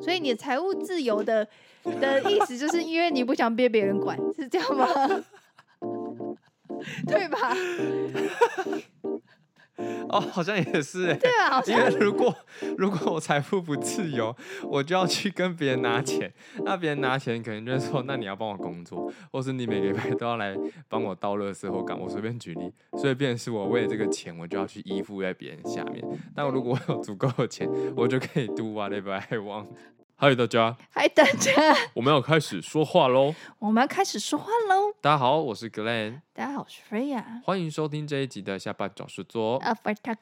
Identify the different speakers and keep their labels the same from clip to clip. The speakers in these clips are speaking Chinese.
Speaker 1: 所以你的财务自由 的的意思，就是因为你不想被别人管，是这样吗？ 对吧？
Speaker 2: 哦，好像也是欸，
Speaker 1: 对啊，好
Speaker 2: 因
Speaker 1: 像
Speaker 2: 为如果如果我财富不自由，我就要去跟别人拿钱，那别人拿钱可能就说，那你要帮我工作，或是你每个礼拜都要来帮我倒垃圾或干嘛，我随便举例，所以变成是我为了这个钱，我就要去依附在别人下面。但如果我有足够的钱，我就可以 do whatever I want。
Speaker 3: 嗨，大家，
Speaker 1: 还等着，
Speaker 3: 我们要开始说话喽！
Speaker 1: 我们要开始说话喽。
Speaker 2: 大家好，我是 Glenn，
Speaker 1: 大家好，我是 Freya。
Speaker 2: 欢迎收听这一集的下班找事做。
Speaker 1: a f r Talk，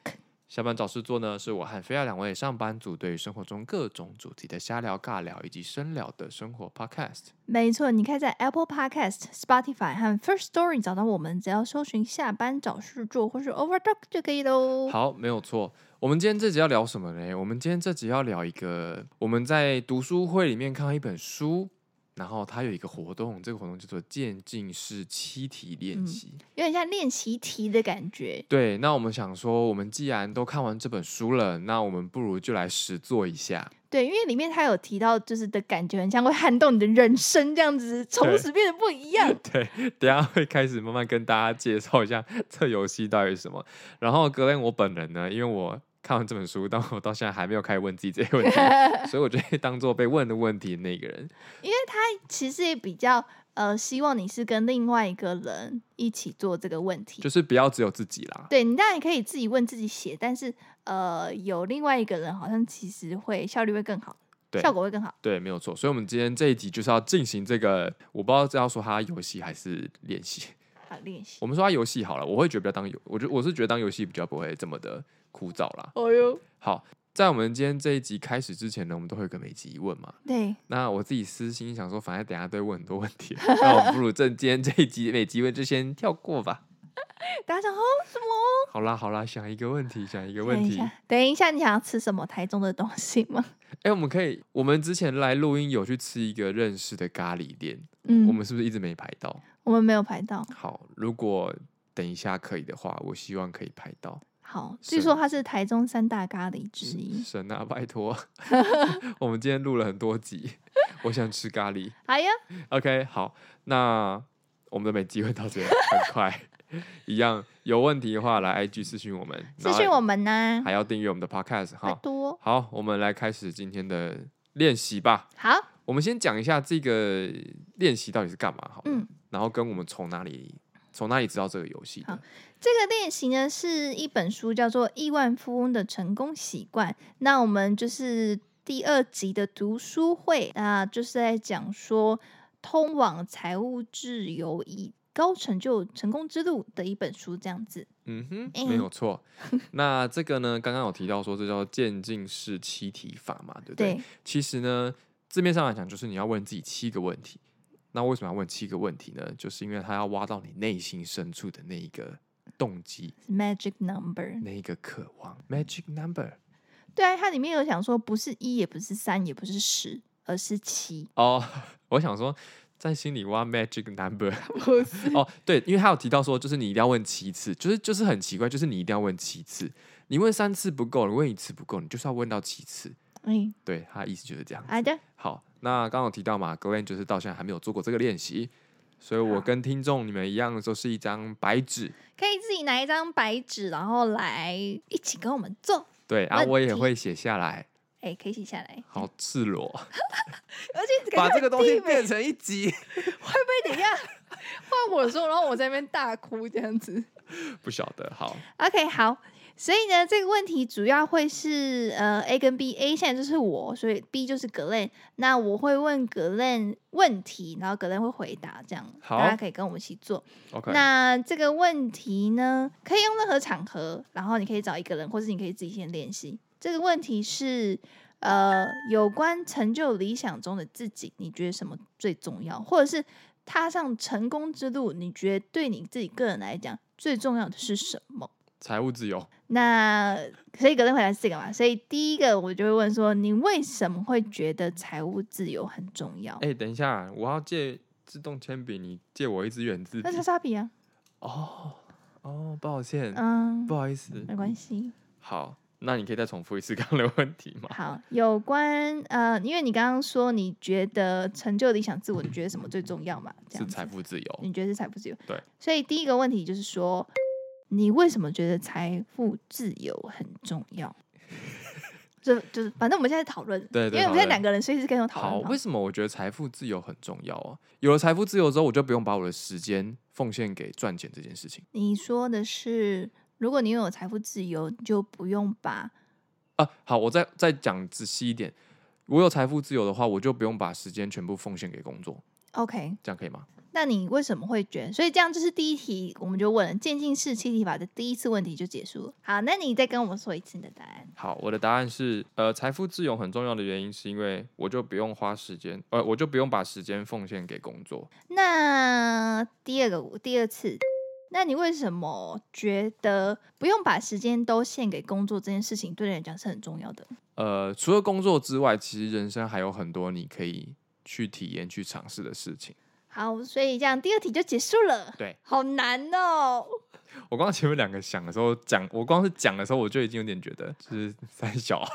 Speaker 2: 下班找事做呢，是我和菲亚两位上班族对于生活中各种主题的瞎聊、尬聊以及深聊的生活 podcast。
Speaker 1: 没错，你可以在 Apple Podcast、Spotify 和 First Story 找到我们，只要搜寻“下班找事做”或是 Over Talk 就可以喽。
Speaker 2: 好，没有错。我们今天这集要聊什么呢？我们今天这集要聊一个我们在读书会里面看到一本书，然后它有一个活动，这个活动叫做渐进式七题练
Speaker 1: 嗯
Speaker 2: 习。
Speaker 1: 有点像练习题的感觉，
Speaker 2: 对，那我们想说，我们既然都看完这本书了，那我们不如就来实做一下。
Speaker 1: 对，因为里面他有提到，就是的感觉很像会撼动你的人生这样子，从
Speaker 2: 对
Speaker 1: 此变得不一样。
Speaker 2: 对，等一下会开始慢慢跟大家介绍一下这游戏到底是什么。然后格雷，我本人呢，因为我看完这本书，但我到现在还没有开始问自己这些问题， 所以我就会当做被问的问题的那个人。
Speaker 1: 其实也比较呃，希望你是跟另外一个人一起做这个问题。
Speaker 2: 就是不要只有自己啦。
Speaker 1: 对你当然也可以自己问自己写，但是呃，有另外一个人好像其实会效率会更好，
Speaker 2: 对
Speaker 1: 效果会更好。
Speaker 2: 对，没有错。所以，我们今天这一集就是要进行这个，我不知道这要说它游戏还是练习。
Speaker 1: 好练习
Speaker 2: 我。们说它游戏好了，我会觉得比较当游，我觉我是觉得当游戏比较不会这么的枯燥啦。
Speaker 1: 哦哟，
Speaker 2: 好，在我们今天这一集开始之前呢，我们都会有个每集疑问嘛。
Speaker 1: 对，
Speaker 2: 那我自己私心想说，反正等一下都会问很多问题，那我们不如正今天这一集每集问就先跳过吧。
Speaker 1: 大家想哦什么？
Speaker 2: 好啦好啦，想一个问题，想一个问
Speaker 1: 等一
Speaker 2: 题。
Speaker 1: 下，等一下，你想要吃什么台中的东西吗？
Speaker 2: 哎、我们可以，我们之前来录音有去吃一个认识的咖喱店，
Speaker 1: 嗯，
Speaker 2: 我们是不是一直没排到？
Speaker 1: 我们没有排到。
Speaker 2: 好，如果等一下可以的话，我希望可以排到。
Speaker 1: 好，
Speaker 2: 是
Speaker 1: 据说它是台中三大咖喱之一。
Speaker 2: 神啊，拜托！ 我们今天录了很多集，我想吃咖喱。
Speaker 1: 哎呀，
Speaker 2: OK，好，那我们的每集会到这边，很快。 一样有问题的话，来 IG 私讯我们，
Speaker 1: 私讯我，们呐、
Speaker 2: 还要订阅我们的 Podcast
Speaker 1: 拜
Speaker 2: 哈。
Speaker 1: 多。
Speaker 2: 好，我们来开始今天的练习吧。
Speaker 1: 好，
Speaker 2: 我们先讲一下这个练习到底是干嘛好了，
Speaker 1: 嗯
Speaker 2: 然后跟我们从哪里从哪里知道这个游戏的
Speaker 1: 好。这个练习呢是一本书，叫做《亿万富翁的成功习惯》。那我们就是第二集的读书会，那就是在讲说通往财务自由以高成就成功之路的一本书，这样子。
Speaker 2: 嗯哼，没
Speaker 1: 嗯
Speaker 2: 有错。 那这个呢，刚刚有提到说这叫渐进式七题法嘛，对不对？
Speaker 1: 对，
Speaker 2: 其实呢，字面上来讲，就是你要问自己七个问题。那为什么要问七个问题呢？就是因为它要挖到你内心深处的那一个动机，
Speaker 1: 是 magic number。
Speaker 2: 那一个渴望。Magic number。
Speaker 1: 对啊，它里面有讲说，不是一，也不是三，也不是十，而是七。
Speaker 2: 哦， 我想说，在心里挖 magic number。
Speaker 1: 不是，
Speaker 2: 哦，对，因为他有提到说，就是你一定要问七次，就是就是很奇怪，就是你一定要问七次。你问三次不够，你问一次不够，你就是要问到七次。
Speaker 1: 嗯，
Speaker 2: 对，他的意思就是这样子。
Speaker 1: 好的，
Speaker 2: 好，那刚刚有提到嘛，Glenn 就是到现在还没有做过这个练习，所以
Speaker 1: 啊
Speaker 2: 我跟听众你们一样，都是一张白纸。
Speaker 1: 可以自己拿一张白纸，然后来一起跟我们做。
Speaker 2: 对，啊，
Speaker 1: 问
Speaker 2: 我也
Speaker 1: 题
Speaker 2: 会写下来，
Speaker 1: 哎，可以写下来，
Speaker 2: 好赤裸，
Speaker 1: 而且
Speaker 2: 把这个东
Speaker 1: 地
Speaker 2: 西
Speaker 1: 美
Speaker 2: 变成一集。
Speaker 1: 被等一下换我说，然后我在那边大哭这样子。
Speaker 2: 不晓得，好，
Speaker 1: OK，好，所以呢，这个问题主要会是呃 A 跟 B，A 现在就是我，所以 B 就是格雷。那我会问格雷问题，然后格雷会回答，这样
Speaker 2: 好
Speaker 1: 大家可以跟我们一起做。
Speaker 2: ，OK，
Speaker 1: 那这个问题呢，可以用任何场合，然后你可以找一个人，或是你可以自己先练习。这个问题是呃，有关成就理想中的自己，你觉得什么最重要？或者是踏上成功之路，你觉得对你自己个人来讲最重要的是什么？
Speaker 2: 财务自由，
Speaker 1: 那所以格登回答是这个嘛？所以第一个我就会问说，你为什么会觉得财务自由很重要？
Speaker 2: 哎、等一下，我要借自动铅笔，你借我一支圆珠笔
Speaker 1: 那。莎莎比啊，
Speaker 2: 哦，哦，抱歉，
Speaker 1: 嗯
Speaker 2: 不，好意思。
Speaker 1: 没关系。
Speaker 2: 好，那你可以再重复一次刚刚的问题吗？
Speaker 1: 好，有关呃，因为你刚刚说你觉得成就理想自我，你觉得什么最重要嘛？这
Speaker 2: 是
Speaker 1: 样子
Speaker 2: 财富自由，
Speaker 1: 你觉得是财富自由？
Speaker 2: 对。
Speaker 1: 所以第一个问题就是说，你为什么觉得财富自由很重要？ 就就是，反正我们现在讨论，
Speaker 2: 对
Speaker 1: 因
Speaker 2: 对
Speaker 1: 为我们现在
Speaker 2: 讨论
Speaker 1: 两个人随时可以用讨
Speaker 2: 好，
Speaker 1: 论嘛。
Speaker 2: 为什么我觉得财富自由很重要啊？有了财富自由之后，我就不用把我的时间奉献给赚钱这件事情
Speaker 1: 你说的是，如果你拥有财富自由，你就不用把
Speaker 2: 啊。好，我再再讲仔细一点，我有财富自由的话，我就不用把时间全部奉献给工作，
Speaker 1: OK。
Speaker 2: 这样可以吗？
Speaker 1: 那你为什么会觉得？所以这样就是第一题，我们就问了渐进式七题法的第一次问题就结束了。好，那你再跟我们说一次你的答案。
Speaker 2: 好，我的答案是，呃，财富自由很重要的原因是因为我就不用花时间，呃，我就不用把时间奉献给工作。
Speaker 1: 那第二个第二次，那你为什么觉得不用把时间都献给工作这件事情对你来讲是很重要的？
Speaker 2: 呃，除了工作之外，其实人生还有很多你可以去体验、去尝试的事情。
Speaker 1: 好，所以这样第二题就结束了。
Speaker 2: 对，
Speaker 1: 好难哦。
Speaker 2: 我刚刚前面两个想的时候讲，我光是讲的时候，我就已经有点觉得就是三小啊，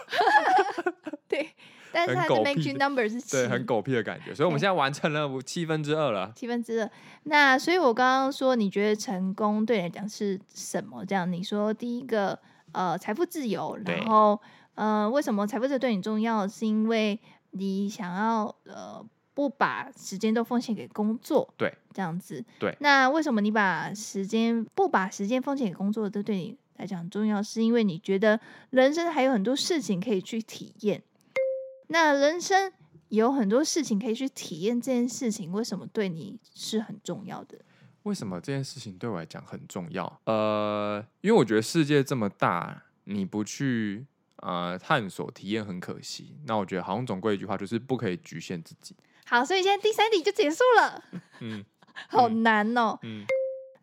Speaker 1: 对，但是
Speaker 2: 很
Speaker 1: 它的
Speaker 2: 狗
Speaker 1: make
Speaker 2: 屁
Speaker 1: you number 是七，
Speaker 2: 对，很狗屁的感觉。所以我们
Speaker 1: 对
Speaker 2: 现在完成了五七分之二了。
Speaker 1: 七分之二。那所以，我刚刚说，你觉得成功对你来讲是什么？这样，你说第一个，呃，财富自由，
Speaker 2: 对
Speaker 1: 然后，呃，为什么财富自由对你重要？是因为你想要，呃，不把时间都奉献给工作，
Speaker 2: 对，
Speaker 1: 这样子，
Speaker 2: 对
Speaker 1: 那为什么你把时间不把时间奉献给工作，都对你来讲很重要？是因为你觉得人生还有很多事情可以去体验。那人生有很多事情可以去体验，这件事情为什么对你是很重要的？
Speaker 2: 为什么这件事情对我来讲很重要？呃，因为我觉得世界这么大，你不去呃探索体验很可惜。那我觉得好像总归一句话就是不可以局限自己。
Speaker 1: 好，所以现在第三题就结束了，
Speaker 2: 嗯
Speaker 1: 好难哦。
Speaker 2: 嗯，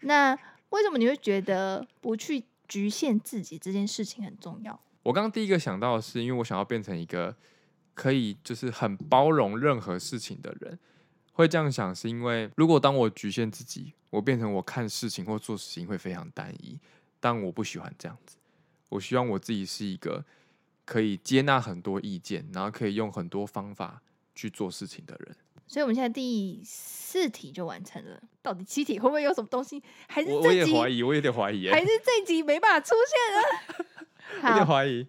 Speaker 1: 那为什么你会觉得不去局限自己这件事情很重要？
Speaker 2: 我刚刚第一个想到的是，因为我想要变成一个可以就是很包容任何事情的人。会这样想，是因为如果当我局限自己，我变成我看事情或做事情会非常单一，但我不喜欢这样子。我希望我自己是一个可以接纳很多意见，然后可以用很多方法去做事情的人。
Speaker 1: 所以我们现在第四题就完成了，到底七题会不会有什么东西？还是
Speaker 2: 我我
Speaker 1: 这
Speaker 2: 也
Speaker 1: 集
Speaker 2: 怀疑，我有点怀疑耶，
Speaker 1: 还是这集没办法出现
Speaker 2: 有
Speaker 1: 了？
Speaker 2: 点
Speaker 1: 好，
Speaker 2: 怀疑。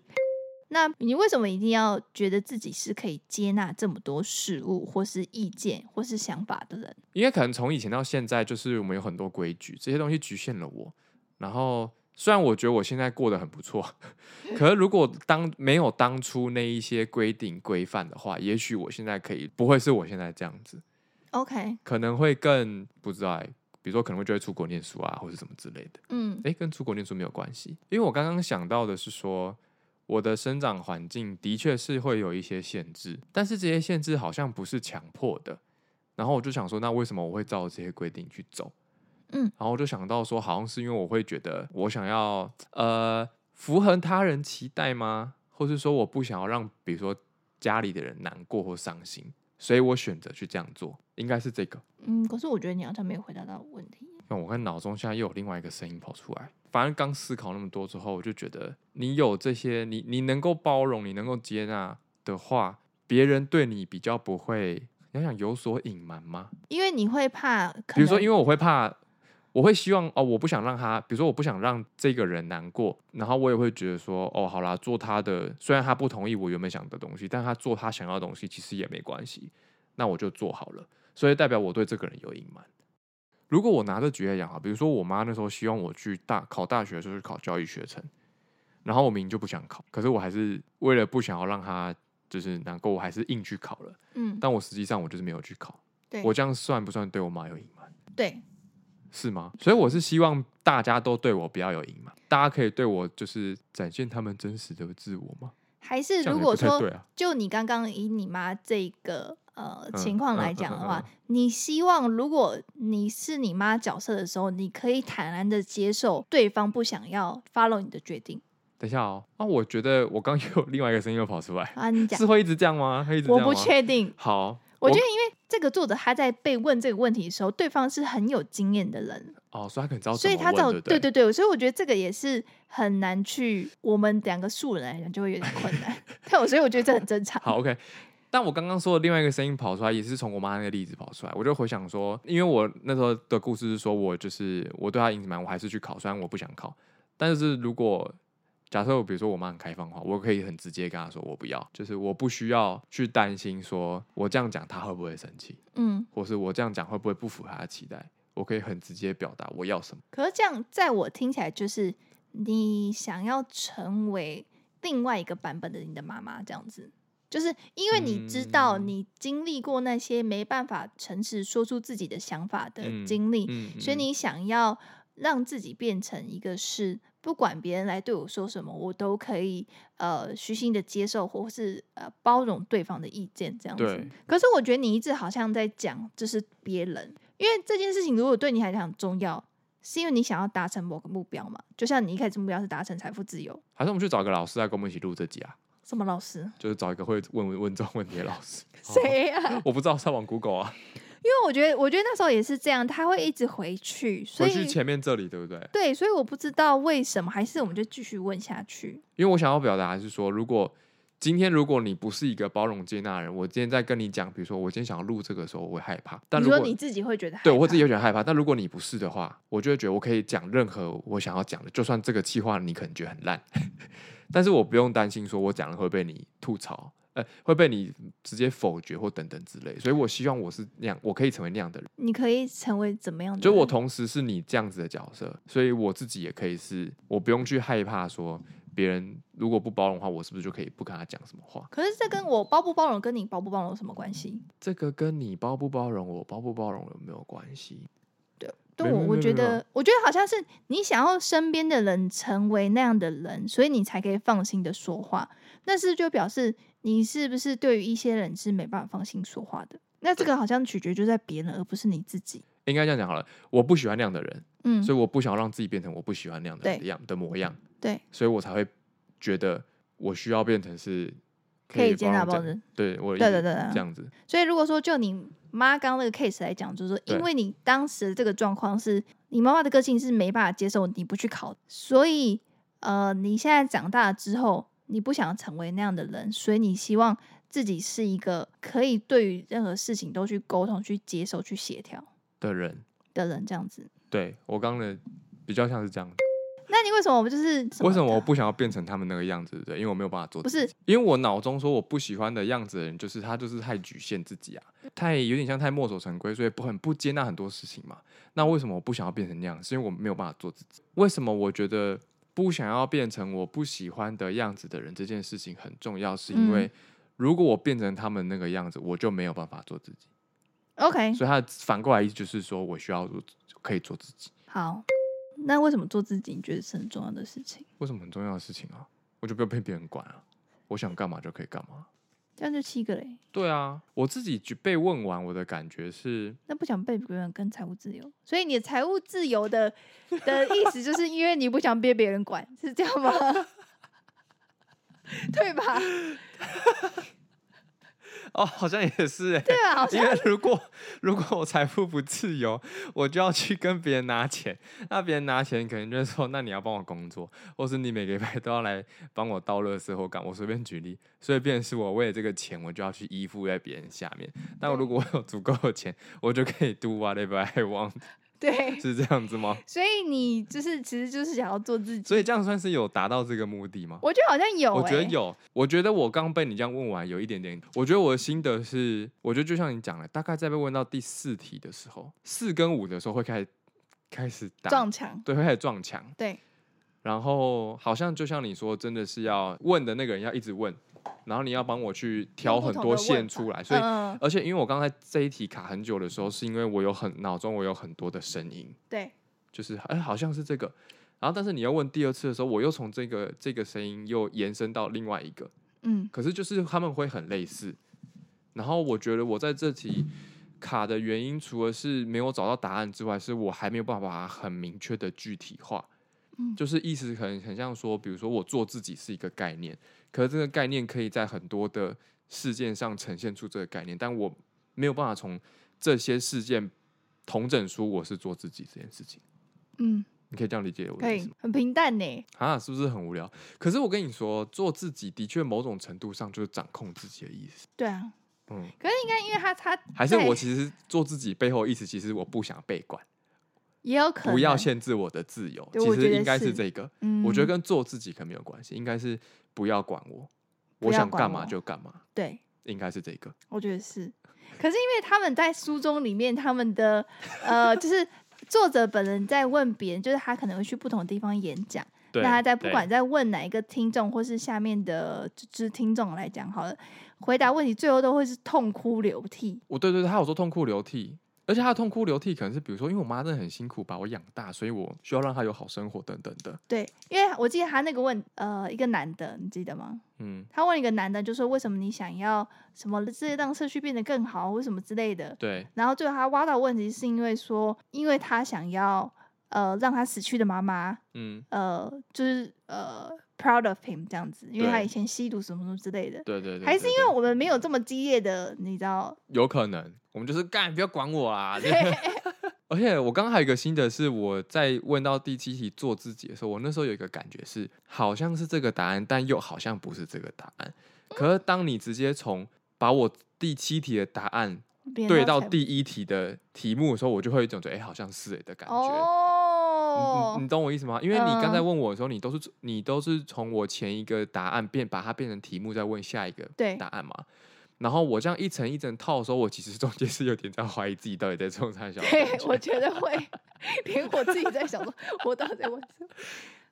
Speaker 1: 那你为什么一定要觉得自己是可以接纳这么多事物，或是意见，或是想法的人？
Speaker 2: 因为可能从以前到现在，就是我们有很多规矩，这些东西局限了我。然后虽然我觉得我现在过得很不错， 可是如果当没有当初那一些规定规范的话，也许我现在可以不会是我现在这样子，
Speaker 1: OK，
Speaker 2: 可能会更不知道欸、比如说可能会就会出国念书啊，或者什么之类的。
Speaker 1: 嗯，
Speaker 2: 诶，跟出国念书没有关系，因为我刚刚想到的是说。我的生长环境的确是会有一些限制，但是这些限制好像不是强迫的。然后我就想说，那为什么我会照这些规定去走？
Speaker 1: 嗯
Speaker 2: 然后我就想到说，好像是因为我会觉得我想要呃符合他人期待吗？或是说我不想要让比如说家里的人难过或伤心，所以我选择去这样做，应该是这个。
Speaker 1: 嗯，可是我觉得你好像没有回答到我问题。
Speaker 2: 那我看脑中现在又有另外一个声音跑出来。反正刚思考那么多之后，我就觉得你有这些，你你能够包容，你能够接纳的话，别人对你比较不会，你要想有所隐瞒吗？
Speaker 1: 因为你会怕，可
Speaker 2: 比如说，
Speaker 1: 能
Speaker 2: 因为我会怕，我会希望哦，我不想让他，比如说我不想让这个人难过，然后我也会觉得说，哦，好啦，做他的，虽然他不同意我原本想的东西，但他做他想要的东西其实也没关系，那我就做好了，所以代表我对这个人有隐瞒。如果我拿着举例来讲哈，比如说我妈那时候希望我去大考大学的时候去考教育学程，然后我明明就不想考，可是我还是为了不想要让他就是难过，我还是硬去考了，
Speaker 1: 嗯，
Speaker 2: 但我实际上我就是没有去考
Speaker 1: 对。
Speaker 2: 我这样算不算对我妈有隐瞒？
Speaker 1: 对，
Speaker 2: 是吗？所以我是希望大家都对我不要有隐瞒，大家可以对我就是展现他们真实的自我吗？
Speaker 1: 还是
Speaker 2: 这样
Speaker 1: 如
Speaker 2: 也
Speaker 1: 果
Speaker 2: 不太
Speaker 1: 说，
Speaker 2: 对啊
Speaker 1: 就你刚刚以你妈这个呃
Speaker 2: 嗯
Speaker 1: 情况来
Speaker 2: 嗯
Speaker 1: 讲的
Speaker 2: 嗯
Speaker 1: 话，
Speaker 2: 嗯
Speaker 1: 你希望如果你是你妈角色的时候，你可以坦然的接受对方不想要 follow 你的决定
Speaker 2: 等一下哦，啊，我觉得 我刚有另外一个声音又跑出来，
Speaker 1: 啊。你讲
Speaker 2: 是，会一直这样吗？会一直这
Speaker 1: 我
Speaker 2: 样吗？
Speaker 1: 不确定，
Speaker 2: 好，
Speaker 1: 我
Speaker 2: 我
Speaker 1: 觉得因为这个作者他在被问这个问题的时候，对方是很有经验的人，
Speaker 2: 哦，所以他可能知道
Speaker 1: 所
Speaker 2: 怎
Speaker 1: 以
Speaker 2: 么
Speaker 1: 他找
Speaker 2: 问，
Speaker 1: 对
Speaker 2: 不对
Speaker 1: 对对，所以我觉得这个也是很难去，我们两个素人来讲就会有点困 难。但我所以我觉得这很正常。
Speaker 2: 好，OK。但我刚刚说的另外一个声音跑出来，也是从我妈那个例子跑出来，我就回想说，因为我那时候的故事是说，我就是我对她影响蛮，我还是去考，虽然我不想考，但是如果假设我比如说我妈很开放的话，我可以很直接跟她说我不要，就是我不需要去担心说我这样讲她会不会生气，
Speaker 1: 嗯，
Speaker 2: 或是我这样讲会不会不符合她的期待，我可以很直接表达我要什么。
Speaker 1: 可是这样在我听起来就是你想要成为另外一个版本的你的妈妈，这样子，就是因为你知道
Speaker 2: 嗯
Speaker 1: 你经历过那些没办法诚实说出自己的想法的
Speaker 2: 嗯
Speaker 1: 经历，
Speaker 2: 嗯，
Speaker 1: 所以你想要让自己变成一个是不管别人来对我说什么，我都可以呃虚心的接受，或是呃包容对方的意见这样子
Speaker 2: 对。
Speaker 1: 可是我觉得你一直好像在讲就是别人，因为这件事情如果对你来讲很重要，是因为你想要达成某个目标嘛？就像你一开始目标是达成财富自由，
Speaker 2: 还是我们去找一个老师来跟我们一起录这集啊，
Speaker 1: 什么老师？
Speaker 2: 就是找一个会问问问这种问题的老 师。哦
Speaker 1: 谁呀、
Speaker 2: 我不知道，上网 Google 啊，
Speaker 1: 因为我觉得，我觉得那时候也是这样，他会一直回去，所
Speaker 2: 回去
Speaker 1: 以
Speaker 2: 前面这里对不对？
Speaker 1: 对，所以我不知道为什么，还是我们就继续问下去。
Speaker 2: 因为我想要表达的是说，如果今天如果你不是一个包容接纳的人，我今天在跟你讲，比如说我今天想要录这个的时候，我会害怕。但
Speaker 1: 你
Speaker 2: 如
Speaker 1: 说
Speaker 2: 果
Speaker 1: 你自己会觉得害
Speaker 2: 对我自
Speaker 1: 怕
Speaker 2: 己有点害怕，但如果你不是的话，我就会觉得我可以讲任何我想要讲的，就算这个气话你可能觉得很烂， 但是我不用担心说我讲了会被你吐槽，呃，会被你直接否决或等等之类。所以我希望我是那样，我可以成为那样的人。
Speaker 1: 你可以成为怎么样的人？
Speaker 2: 就我同时是你这样子的角色，所以我自己也可以是，我不用去害怕说别人如果不包容的话，我是不是就可以不跟他讲什么话？
Speaker 1: 可是这跟我包不包容，跟你包不包容有什么关系？
Speaker 2: 这个跟你包不包容我、包不包容有没有关系？
Speaker 1: 对
Speaker 2: 没
Speaker 1: 我，
Speaker 2: 没
Speaker 1: 我
Speaker 2: 没
Speaker 1: 觉
Speaker 2: 没有啊
Speaker 1: 得，我觉得好像是你想要身边的人成为那样的人，所以你才可以放心的说话。那是就表示你是不是对于一些人是没办法放心说话的？那这个好像取决就在别人，而不是你自己。
Speaker 2: 应该这样讲好了，我不喜欢那样的人，
Speaker 1: 嗯，
Speaker 2: 所以我不想让自己变成我不喜欢那样的人
Speaker 1: 对
Speaker 2: 的样的模样，
Speaker 1: 对，
Speaker 2: 所以我才会觉得我需要变成是
Speaker 1: 可以接纳
Speaker 2: 包
Speaker 1: 包
Speaker 2: 容这样
Speaker 1: 容。
Speaker 2: 对我的
Speaker 1: 对
Speaker 2: 意
Speaker 1: 对
Speaker 2: 思
Speaker 1: 对对
Speaker 2: 这样子，
Speaker 1: 所以如果说就你妈刚那个 case 来讲，就是说，因
Speaker 2: 对
Speaker 1: 为你当时的这个状况是你妈妈的个性是没办法接受你不去考，所以呃，你现在长大了之后，你不想成为那样的人，所以你希望自己是一个可以对于任何事情都去沟通、去接受、去协调
Speaker 2: 的人，
Speaker 1: 的人，这样子。
Speaker 2: 对我刚刚的比较像是这样子。
Speaker 1: 那你为什么我们就是
Speaker 2: 为什么我不想要变成他们那个样子？对不对，因为我没有办法做
Speaker 1: 不
Speaker 2: 自己。
Speaker 1: 是
Speaker 2: 因为我脑中说我不喜欢的样子的人，就是他就是太局限自己啊，太有点像太墨守成规，所以不很不接纳很多事情嘛。那为什么我不想要变成那样？是因为我没有办法做自己。为什么我觉得不想要变成我不喜欢的样子的人这件事情很重要？是因为如果我变成他们那个样子，我就没有办法做自己。
Speaker 1: OK？
Speaker 2: 所以他反过来意思就是说我需要做可以做自己。
Speaker 1: 好，那为什么做自己你觉得是很重要的事情？
Speaker 2: 为什么很重要的事情啊？我就不要被别人管啊，我想干嘛就可以干嘛。
Speaker 1: 这样就七个嘞。
Speaker 2: 对啊，我自己被问完，我的感觉是，
Speaker 1: 那不想被别人跟财务自由，所以你的财务自由 的的意思，就是因为你不想被别人管，是这样吗？ 对吧？
Speaker 2: 哦，好像也是哎、
Speaker 1: 对吧？啊好像
Speaker 2: 因为如果 如果我财富不自由，我就要去跟别人拿钱，那别人拿钱可能就是说，那你要帮我工作，或是你每个礼拜都要来帮我倒垃圾或干，我随便举例，所以便是我为了这个钱，我就要去依附在别人下面。但我如果我有足够的钱，我就可以 do whatever I want，
Speaker 1: 对，
Speaker 2: 是这样子吗？
Speaker 1: 所以你就是其实就是想要做自己，
Speaker 2: 所以这样算是有达到这个目的吗？
Speaker 1: 我觉得好像有、欸，
Speaker 2: 我觉得，有，我觉得我刚被你这样问完，有一点点，我觉得我的心得是，我觉得就像你讲的，大概在被问到第四题的时候，四跟五的时候会开始开始打，
Speaker 1: 撞墙，
Speaker 2: 对，会开始撞墙，
Speaker 1: 对，
Speaker 2: 然后好像就像你说，真的是要问的那个人要一直问，然后你要帮我去挑
Speaker 1: 用不
Speaker 2: 很
Speaker 1: 同
Speaker 2: 多
Speaker 1: 的问法
Speaker 2: 线出来，所以。
Speaker 1: 嗯、
Speaker 2: 而且，因为我刚才这一题卡很久的时候，是因为我有很脑中我有很多的声音，
Speaker 1: 对，
Speaker 2: 就是哎、好像是这个。然后，但是你要问第二次的时候，我又从这个这个声音又延伸到另外一个，
Speaker 1: 嗯，
Speaker 2: 可是就是他们会很类似。然后我觉得我在这题卡的原因，除了是没有找到答案之外，是我还没有办法把它很明确的具体化。
Speaker 1: 嗯
Speaker 2: 就是意思很很像说，比如说我做自己是一个概念，可是这个概念可以在很多的事件上呈现出这个概念，但我没有办法从这些事件同整出我是做自己这件事情。
Speaker 1: 嗯，
Speaker 2: 你可以这样理解我
Speaker 1: 可
Speaker 2: 的意思
Speaker 1: 以
Speaker 2: 吗？，
Speaker 1: 很平淡呢。
Speaker 2: 啊，是不是很无聊？可是我跟你说，做自己的确某种程度上就是掌控自己的意思。
Speaker 1: 对啊，
Speaker 2: 嗯，
Speaker 1: 可是应该因为他他
Speaker 2: 还是
Speaker 1: 对
Speaker 2: 我其实做自己背后意思，其实我不想被管，
Speaker 1: 也有可能
Speaker 2: 不要，限制我的自由。
Speaker 1: 对
Speaker 2: 其
Speaker 1: 我觉
Speaker 2: 实
Speaker 1: 得
Speaker 2: 应该
Speaker 1: 是
Speaker 2: 是这个，
Speaker 1: 嗯
Speaker 2: 我觉得跟做自己可能没有关系，应该是不要管我，
Speaker 1: 不
Speaker 2: 我
Speaker 1: 要
Speaker 2: 想
Speaker 1: 管
Speaker 2: 干嘛
Speaker 1: 我
Speaker 2: 就干嘛，
Speaker 1: 对，
Speaker 2: 应该是这个。
Speaker 1: 我觉得是。可是因为他们在书中里面，他们的呃， 就是作者本人在问别人，就是他可能会去不同地方演讲。
Speaker 3: 对，
Speaker 1: 那他在不
Speaker 3: 对
Speaker 1: 管在问哪一个听众，或是下面的就是听众来讲好了，回答问题最后都会是痛哭流涕。
Speaker 2: 我对对对，他有说痛哭流涕，而且他的痛哭流涕可能是比如说，因为我妈真的很辛苦把我养大，所以我需要让她有好生活等等的。
Speaker 1: 对，因为我记得他那个问呃一个男的，你记得吗？
Speaker 2: 嗯，
Speaker 1: 他问一个男的，就说为什么你想要什么，这让社区变得更好，或什么之类的。
Speaker 2: 对，
Speaker 1: 然后最后他挖到问题，是因为说，因为他想要呃让他死去的妈妈
Speaker 2: 嗯，
Speaker 1: 呃就是呃 proud of him 这样子，因为他
Speaker 2: 对
Speaker 1: 以前吸毒什么什么之类的。
Speaker 2: 对对对，
Speaker 1: 还是
Speaker 2: 对
Speaker 1: 因
Speaker 2: 对
Speaker 1: 为我们没有这么激烈的，你知道？
Speaker 2: 有可能，我们就是干，不要管我啦。而且我刚刚还有一个新的是，我在问到第七题做自己的时候，我那时候有一个感觉是，好像是这个答案，但又好像不是这个答案。可是当你直接从把我第七题的答案
Speaker 1: 别人
Speaker 2: 对
Speaker 1: 要
Speaker 2: 到
Speaker 1: 采
Speaker 2: 第一题的题目的时候，我就会有一种觉得，哎、好像是哎、的感觉。
Speaker 1: 哦
Speaker 2: 嗯你你你懂我意思吗？因为你刚才
Speaker 1: 嗯
Speaker 2: 问我的时候，你都是你都是从我前一个答案变把它变成题目，再问下一个
Speaker 1: 对
Speaker 2: 答案嘛。然后我这样一层一层套的时候，我其实中间是有点在怀疑自己到底在冲啥小的感
Speaker 1: 对，我
Speaker 2: 觉。
Speaker 1: 觉得会，连我自己在想说，我到底在问什么？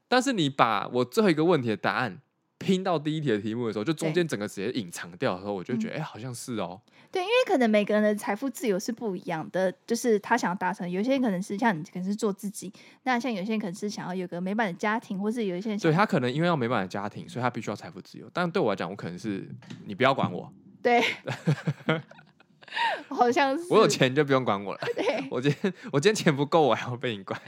Speaker 2: 但是你把我最后一个问题的答案拼到第一题的题目的时候，就中
Speaker 1: 对嗯
Speaker 2: 间整个直接隐藏掉的时候，我就觉得哎、好像是哦。
Speaker 1: 对，因为可能每个人的财富自由是不一样的，就是他想要达成，有些人可能是像你，可能是做自己，那像有些人可能是想要有个美满的家庭，或是有一些人想
Speaker 2: 对他可能因为要美满的家庭，所以他必须要财富自由。但对我来讲，我可能是你不要管我，
Speaker 1: 对， 好像是
Speaker 2: 我有，钱就不用 管我了。
Speaker 1: 对
Speaker 2: 我今天我今天钱不够，我还要被你管。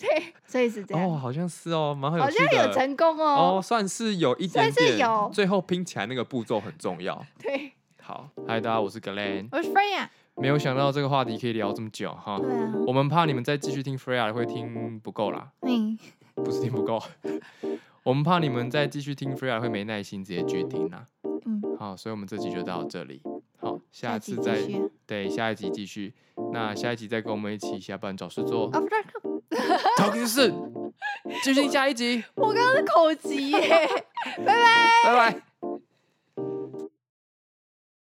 Speaker 1: 对，所以是这样，
Speaker 2: 哦，好像是哦，蛮有
Speaker 1: 好
Speaker 2: 趣
Speaker 1: 像
Speaker 2: 的。
Speaker 1: 有成功
Speaker 2: 哦，
Speaker 1: 哦，
Speaker 2: 算是有一
Speaker 1: 算
Speaker 2: 点
Speaker 1: 是
Speaker 2: 点，
Speaker 1: 有
Speaker 2: 最后拼起来那个步骤很重要。
Speaker 1: 对，
Speaker 2: 好，嗨，大家，我是 Glen，
Speaker 1: 我是啊 Freya，
Speaker 2: 没有想到这个话题可以聊这么久哈。
Speaker 1: 对啊，
Speaker 2: 我们怕你们再继续听 Freya 会听不够啦，
Speaker 1: 嗯，
Speaker 2: 不是听不够， 我们怕你们再继续听 Freya 会没耐心直接拒听啦。
Speaker 1: 嗯，
Speaker 2: 好，所以我们这集就到这里。好，
Speaker 1: 下
Speaker 2: 下
Speaker 1: 集
Speaker 2: 次
Speaker 1: 继
Speaker 2: 再
Speaker 1: 续啊
Speaker 2: 对下一集继续。那下一集再跟我们一起下班找事做，
Speaker 1: 哦，不对，
Speaker 2: 讨厌事，继续听下一集，
Speaker 1: 我刚刚是口急耶。
Speaker 2: 拜拜。